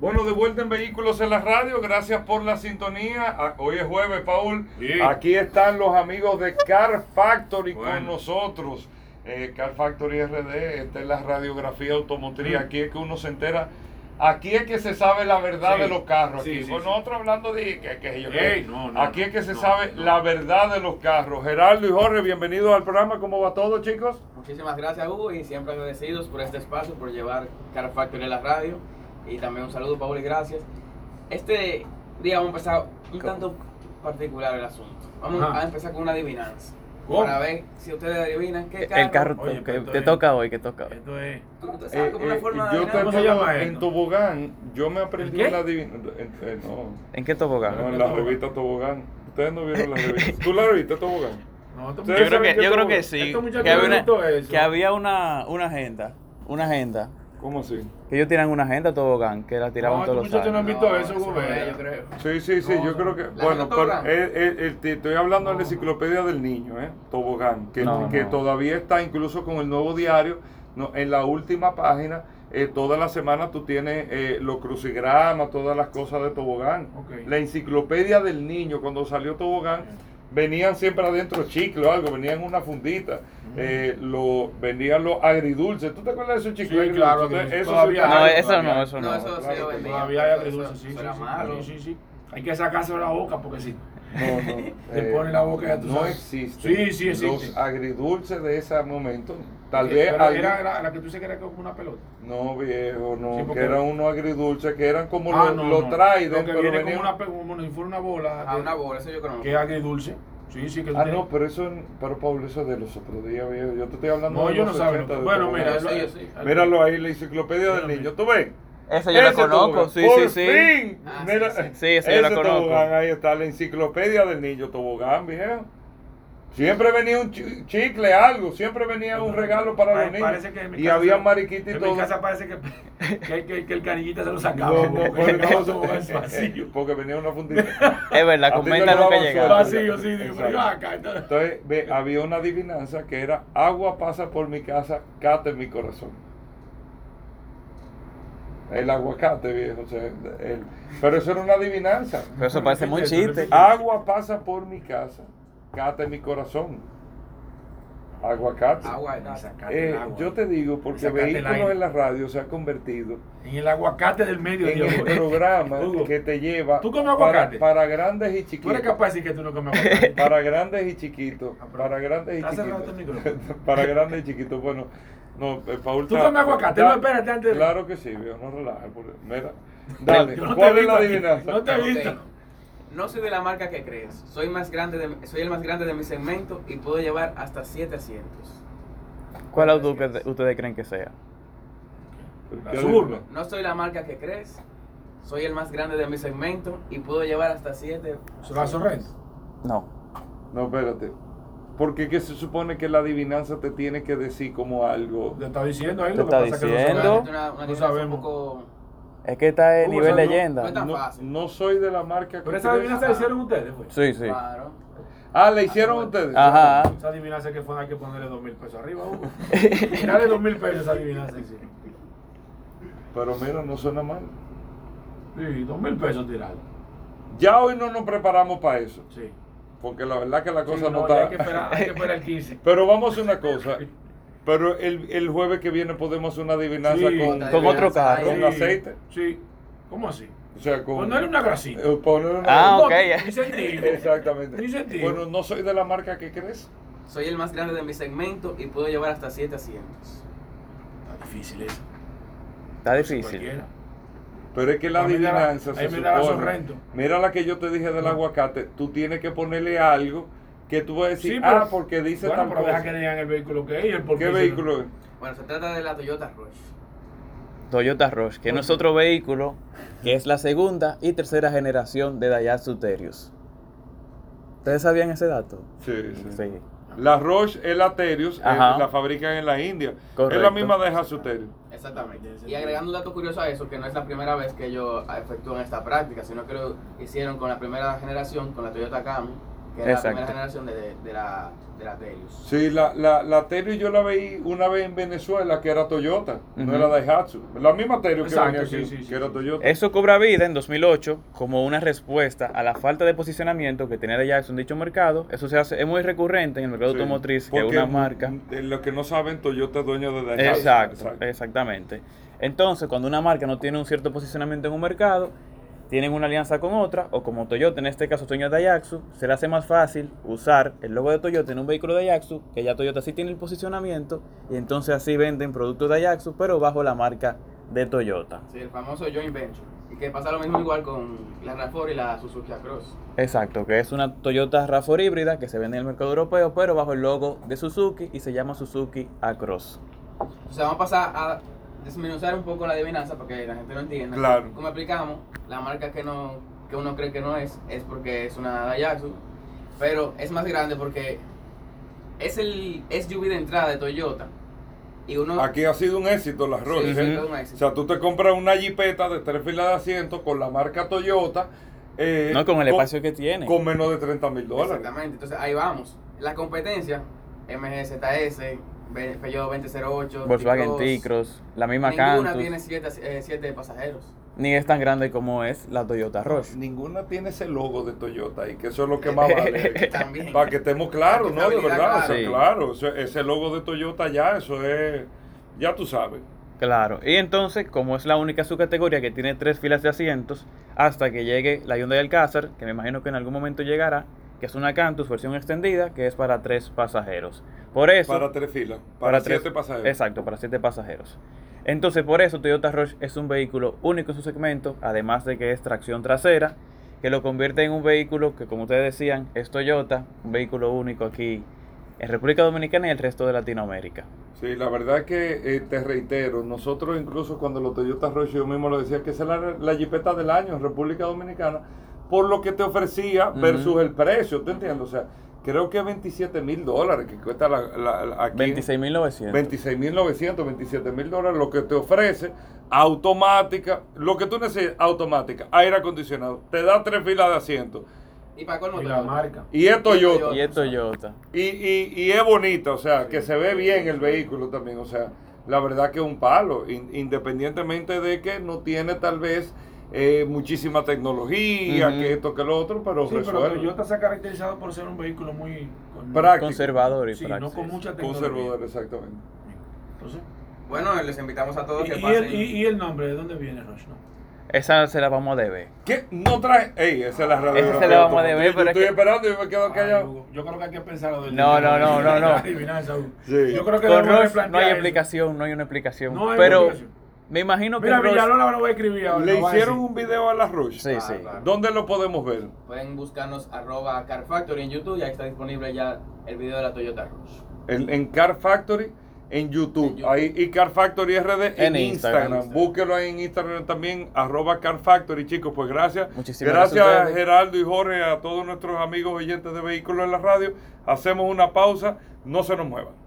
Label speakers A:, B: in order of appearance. A: Bueno, de vuelta en Vehículos en la Radio, gracias por la sintonía. Ah, Hoy es jueves, Paul.
B: Sí.
A: Aquí están los amigos de Car Factory con
B: Bueno.
A: nosotros. Eh, Car Factory RD, esta es la radiografía automotriz. Aquí es que uno se entera, aquí es que se sabe la verdad
B: Sí.
A: de los carros.
B: Sí,
A: Aquí.
B: sí,
A: Con
B: sí.
A: nosotros hablando de que, que yo qué.
B: Ey, no, no,
A: Aquí es que se
B: no,
A: sabe
B: no.
A: la verdad de los carros. Gerardo y Jorge, bienvenidos al programa. ¿Cómo va todo, chicos?
C: Muchísimas gracias Hugo y siempre agradecidos por este espacio, por llevar Car Factory a la radio. Y también un saludo Paul y gracias. Este día vamos a empezar un tanto particular el asunto. Vamos
B: Ajá. Oh.
C: a empezar con una adivinanza.
A: ¿Cómo?
C: Para ver si ustedes adivinan qué carro.
D: El carro
B: Oye,
D: que
B: pero
D: te
B: esto es-
D: toca hoy, que toca hoy.
B: Esto es.
C: Como ustedes saben, como una
A: Eh, eh,
C: forma de
A: yo
C: adivinar.
B: ¿Cómo
A: te
B: se llama
A: en
B: esto?
A: tobogán, yo me aprendí
B: ¿El qué?
A: la divina. en- eh, no.
D: ¿En qué tobogán?
A: No, en la revista Tobogán. Ustedes no vieron la revista. ¿Tú la revista Tobogán?
B: No, esto
A: Ustedes
D: Yo creo
A: saben
D: que,
A: qué
D: yo creo
A: tobogán?
D: que sí.
B: Estos muchachos
D: Que había, una,
B: no han visto eso.
D: que había una, una agenda. Una agenda.
A: ¿Cómo así?
D: Que ellos tiran una agenda tobogán, que la tiraban
B: No,
D: todos
B: estos
D: los años.
B: muchachos no han visto eso,
C: eso no
B: Hugo,
C: es,
B: eh.
C: yo creo.
A: Sí, sí, sí,
C: No,
A: yo
C: no.
A: creo que.
C: ¿La
A: Bueno,
C: revista
A: pero
C: Tobogán?
A: eh, eh, el- te estoy hablando de la enciclopedia del niño, ¿eh? Tobogán, que,
D: No,
A: que
D: no.
A: todavía está incluso con el nuevo diario. No, en la última página, eh, toda la semana tú tienes eh, los crucigramas, todas las cosas de Tobogán.
B: Ok.
A: La enciclopedia del niño, cuando salió Tobogán, venían siempre adentro chicle o algo, venían en una fundita. eh, lo, vendían los agridulces. ¿Tú te acuerdas de esos chicles?
B: Sí,
A: agridulces?
B: claro,
A: Entonces,
B: agridulces.
A: eso
B: Todavía
A: sí-
D: No,
B: hay,
D: eso
B: todavía
D: no,
B: hay.
D: eso
C: No,
D: no.
C: eso
A: claro
C: sí lo
A: que
C: vendían.
B: Todavía hay
C: eso- eso-
B: agridulces, sí,
C: eso
B: sí,
C: era
B: sí,
C: malo.
B: sí, sí, sí. Hay que sacarse la boca porque si
A: No, no.
B: Te
A: eh,
B: pone la boca, ya tú
A: No
B: sabes.
A: existe.
B: Sí, sí existe.
A: Los agridulces de ese momento. Tal
B: Pero
A: vez.
B: era,
A: algún-
B: la, la que tú se que era como una pelota.
A: No, viejo, no.
B: Sí, porque-
A: Que eran unos agridulces que eran como
B: Ah,
A: los,
B: no,
A: los
B: no.
A: Trident,
B: Lo que
A: pero
B: viene
A: venían-
B: como una pe- como si fuera una bola.
C: A
B: que-
C: Ah, una bola, eso yo conozco.
B: Que es agridulce. Sí, sí, que
A: Ah,
B: usted-
A: no, pero eso. Pero Pablo, eso es de los otros días, viejo. Yo te estoy hablando
B: No,
A: de
B: yo
A: los
B: no saben.
A: 80 de
B: Bueno,
A: todo.
B: mira,
C: Sí,
B: lo-
C: sí.
A: Míralo ahí, la enciclopedia del
B: Mírame.
A: niño. ¿Tú ves?
D: Esa yo la
A: Ese
D: conozco,
A: tobogán,
D: sí,
A: por
D: sí, sí.
A: fin.
C: Ah,
A: Mira,
C: sí, sí.
D: Sí, ese yo la
A: ese
D: conozco.
A: tobogán, ahí está la enciclopedia del niño tobogán, viejo. Siempre venía un chi- chicle, algo, siempre venía un regalo para
B: Ay,
A: los niños.
B: parece que en mi
A: Y
B: casa
A: había
B: se-
A: mariquita y
B: En
A: todo.
B: mi casa parece que, que, que, que el canillita se lo sacaba.
A: No,
B: porque
A: no, pero
B: el
A: no, eh,
B: tobogán es vacío.
A: porque venía una fundita.
D: Es verdad,
A: A ti
D: con
A: te
D: venta
A: lo
D: nunca
A: daban solo.
D: llegaba.
B: Vacío, sí, digo, pero yo acá. entonces-
A: Entonces ve, había una adivinanza que era agua pasa por mi casa, cate en mi corazón. El aguacate, viejo. o sea, el- pero eso era una adivinanza.
D: Pero eso parece muy chiste. Ah,
A: Agua pasa por mi casa, cate en mi corazón. Aguacate.
C: Agua,
B: Y sacate el
A: Eh,
B: agua.
A: yo te digo, porque
B: Sacate el
A: Vehículos
B: aire.
A: en la Radio se ha convertido
B: En el aguacate del medio,
A: en
B: Dios.
A: el programa
B: Hugo,
A: que te lleva
B: ¿tú comes
A: para,
B: aguacate?
A: para grandes y
B: Tú eres
A: chiquitos.
B: capaz de decir que tú no comes aguacate.
A: Para grandes y chiquitos.
B: Ah, pero-
A: Para grandes y
B: Está cerrado
A: chiquitos.
B: tu micrófono.
A: Para grandes y chiquitos. Bueno, no, eh, Paul.
B: Tú
A: está-
B: comes aguacate,
A: da-
B: no, espérate antes de-
A: Claro que sí, viejo, no relajes. porque- Mira, dale,
B: Yo no te
A: ¿cuál es
B: he
A: la
B: visto a ti,
A: adivinanza?
B: No te he
C: Ok.
B: visto.
C: No soy de la marca que crees. Soy más grande de- soy el más grande de mi segmento y puedo llevar hasta 7 asientos.
D: ¿Cuál auto que te- ustedes creen que sea?
A: ¿Qué
B: Azul.
A: adivinanza?
C: No soy la marca que crees. Soy el más grande de mi segmento y puedo llevar hasta 7.
B: ¿Se la sorrento?
D: No.
A: No, espérate. Porque que se supone que la adivinanza te tiene que decir como algo.
B: Te está diciendo ahí
D: Te
B: lo que
D: está
B: pasa es que no
D: diciendo.
B: sabemos.
C: Una, una
B: No
C: adivinanza un
B: sabemos.
C: poco.
D: Es que está en
B: Hugo,
D: nivel
B: o sea, no-
D: leyenda.
C: no está- tan
A: No,
C: fácil.
A: no soy de la marca que
B: Pero esa
A: crees.
B: adivinanza la hicieron ustedes, pues.
D: Sí, sí.
C: Claro.
A: Ah, ¿la hicieron ustedes?
D: Ajá.
B: Esa adivinanza que fue, hay que ponerle dos mil pesos arriba, Hugo. Dale dos mil pesos a esa adivinanza. Sí,
A: Pero mira, no suena mal.
B: sí dos mil pesos tirado.
A: Ya hoy no nos preparamos para eso.
B: Sí.
A: Porque la verdad que la cosa
B: Sí,
A: no,
B: ya
A: está.
B: Hay que, esperar, hay que esperar el 15.
A: Pero vamos a hacer una cosa. Pero el, el jueves que viene podemos hacer una adivinanza
B: Sí.
A: con,
D: Con otro carro.
A: Con
B: Sí,
A: aceite.
B: Sí. ¿Cómo así?
A: O sea, con.
B: Ponerle una grasita.
A: eh, poner una-
D: Ah,
B: Un
D: ok.
B: bote, un sentido. Ni
A: Exactamente.
B: sentido.
A: Bueno, no soy de la marca que crees.
C: Soy el más grande de mi segmento y puedo llevar hasta 7 asientos.
B: Está difícil eso.
D: Está difícil.
B: Cualquiera.
A: Pero es que la
B: A mí me da-
A: adivinanza se
B: ahí me da la
A: supone-
B: Sorrento.
A: Mira la que yo te dije del aguacate. Tú tienes que ponerle algo que tú vas a decir,
B: Sí, pero-
A: ah, porque dice
B: bueno,
A: tal
B: pero deja que
A: cosa.
B: digan el vehículo que es y el por
A: ¿Qué
B: se-
A: vehículo es?
C: Bueno, se trata de la Toyota Rush.
D: Toyota Rush, que es otro vehículo que es la segunda y tercera generación de Daihatsu Terios. ¿Ustedes sabían ese dato?
A: Sí, sí.
D: Sí.
A: La Roche el Aterius, eh,
D: Ajá.
A: la fabrican en la India. Es la
D: Correcto.
A: misma de Hasuterius.
C: Exactamente. Y agregando un dato curioso a eso, que no es la primera vez que ellos efectúan esta práctica, sino que lo hicieron con la primera generación, con la Toyota Camry, que era la primera
D: Exacto.
C: generación de, de, de la, de la Telius.
A: Sí, la, la, la Terio yo la veí una vez en Venezuela que era Toyota, no
D: Ujú.
A: era Daihatsu. La misma Terio que
B: Exacto,
A: venía
B: sí,
A: aquí,
B: sí, sí,
A: que era
B: sí.
A: Toyota.
D: Eso cobra vida en 2008 como una respuesta a la falta de posicionamiento que tenía Jackson en dicho mercado. Eso se hace, es muy recurrente en el mercado
A: Sí,
D: automotriz que
A: porque,
D: una marca...
A: mm, de Lo que no saben, Toyota es dueño de Daihatsu.
D: Exacto, exactamente. Entonces, cuando una marca no tiene un cierto posicionamiento en un mercado, tienen una alianza con otra, o como Toyota, en este caso Toyota Daihatsu, se le hace más fácil usar el logo de Toyota en un vehículo Daihatsu, que ya Toyota sí tiene el posicionamiento, y entonces así venden productos Daihatsu, pero bajo la marca de Toyota.
C: Sí, el famoso joint venture. Y que pasa lo mismo igual con la RAV4 y la Suzuki Cross.
D: Exacto, que es una Toyota RAV4 híbrida que se vende en el mercado europeo, pero bajo el logo de Suzuki y se llama Suzuki Across.
C: Entonces vamos a pasar a desmenuzar un poco la adivinanza para que la gente lo entienda.
A: Claro.
C: Como explicamos, la marca que no que uno cree que no es es porque es una Daihatsu, pero es más grande porque es el SUV de entrada de Toyota y uno
A: Aquí ha sido un éxito las
C: Sí,
A: Rolls.
C: sí,
A: ¿eh?
C: todo un
A: O
C: éxito.
A: sea, tú te compras una jipeta de tres filas de asiento con la marca Toyota. eh,
D: No con el espacio que tiene.
A: Con menos de 30 mil dólares.
C: Exactamente, entonces ahí vamos. La competencia, MGZS, Be- Peugeot 2008,
D: Volkswagen
C: T-Cross,
D: T-Cross, la misma
C: Ninguna
D: Cantus.
C: tiene 7 siete, eh, siete pasajeros.
D: ni es tan grande como es la Toyota Rush.
A: Ninguna tiene ese logo de Toyota y que eso es lo que más vale.
C: También.
A: Para que estemos claros, ¿no? De verdad, o sea,
D: Sí.
A: claro. eso- ese logo de Toyota ya, eso es. Ya tú sabes.
D: Claro, y entonces, como es la única su categoría que tiene tres filas de asientos, hasta que llegue la Hyundai Alcázar, que me imagino que en algún momento llegará, que es una Cantus versión extendida, que es para tres pasajeros. Por eso,
A: Para tres filas. Para,
D: tres-
A: siete pasajeros.
D: Exacto, para siete pasajeros. Entonces, por eso Toyota Rush es un vehículo único en su segmento, además de que es tracción trasera, que lo convierte en un vehículo que, como ustedes decían, es Toyota, un vehículo único aquí en República Dominicana y el resto de Latinoamérica.
A: Sí, la verdad es que eh, te reitero, nosotros incluso cuando los Toyota Rush, yo mismo lo decía, que esa es la, la jipeta del año en República Dominicana, por lo que te ofrecía
D: Ujú.
A: versus el precio, ¿te entiendes? O sea, creo que 27 mil dólares que cuesta la, la- la- aquí.
D: 26.900.
A: 26.900, 27 mil dólares, lo que te ofrece, automática, lo que tú necesitas, automática, aire acondicionado, te da tres filas de asiento.
C: Y para colmo,
B: Y la
C: Toyota.
B: marca.
A: Y es Toyota.
D: Y es Toyota.
A: Y, y, y es bonita, o sea, que se ve bien el vehículo también, o sea, la verdad que es un palo, in- independientemente de que no tiene tal vez eh, muchísima tecnología,
D: Ujú.
A: que esto, que lo otro, pero
B: Sí, pero
A: resuelve.
B: Toyota se ha caracterizado por ser un vehículo muy. con-
A: Práctico.
D: Conservador y
B: Sí, no
D: práctico.
B: con mucha tecnología.
A: Conservador, exactamente.
B: Entonces,
C: Bueno, les invitamos a todos
B: y,
C: que
B: y
C: pasen.
B: el, y- y el nombre? ¿De dónde viene Rush? No?
D: Esa se la vamos a deber.
A: ¿Qué? No trae. Ey, esa es la radio.
D: Esa se la vamos a deber, pero es
A: Estoy
D: que-
A: esperando y me quedo
B: Ay,
A: callado.
B: Hugo, yo creo que hay que pensar lo del
D: No,
B: dinero,
D: no, no, no, no.
B: la adivinanza, Hugo.
A: Sí.
B: Yo creo que
D: Con
B: debemos
D: Rush no
B: replantear
D: hay
B: eso.
D: explicación, no hay una explicación.
B: No hay
D: pero
B: explicación.
D: me imagino que
B: Mira,
D: Rush-
B: Villalona lo voy a escribir ahora.
A: Le
B: lo va a
A: hicieron
B: decir.
A: un video a la Rush.
D: Sí,
B: Ah,
D: sí.
C: claro.
A: ¿Dónde lo podemos ver?
C: Pueden buscarnos arroba Car Factory en YouTube y ahí está disponible ya el video de la Toyota Rush.
A: En, en Car Factory en YouTube.
C: En YouTube.
A: Ahí, y Car Factory RD en,
D: En
A: Instagram.
D: Instagram.
A: Búsquelo ahí en Instagram también, arroba Car Factory, chicos. Pues gracias.
D: Muchísimas
A: gracias,
D: gracias a ustedes.
A: Geraldo y Jorge, a todos nuestros amigos oyentes de Vehículos en la Radio. Hacemos una pausa, no se nos muevan.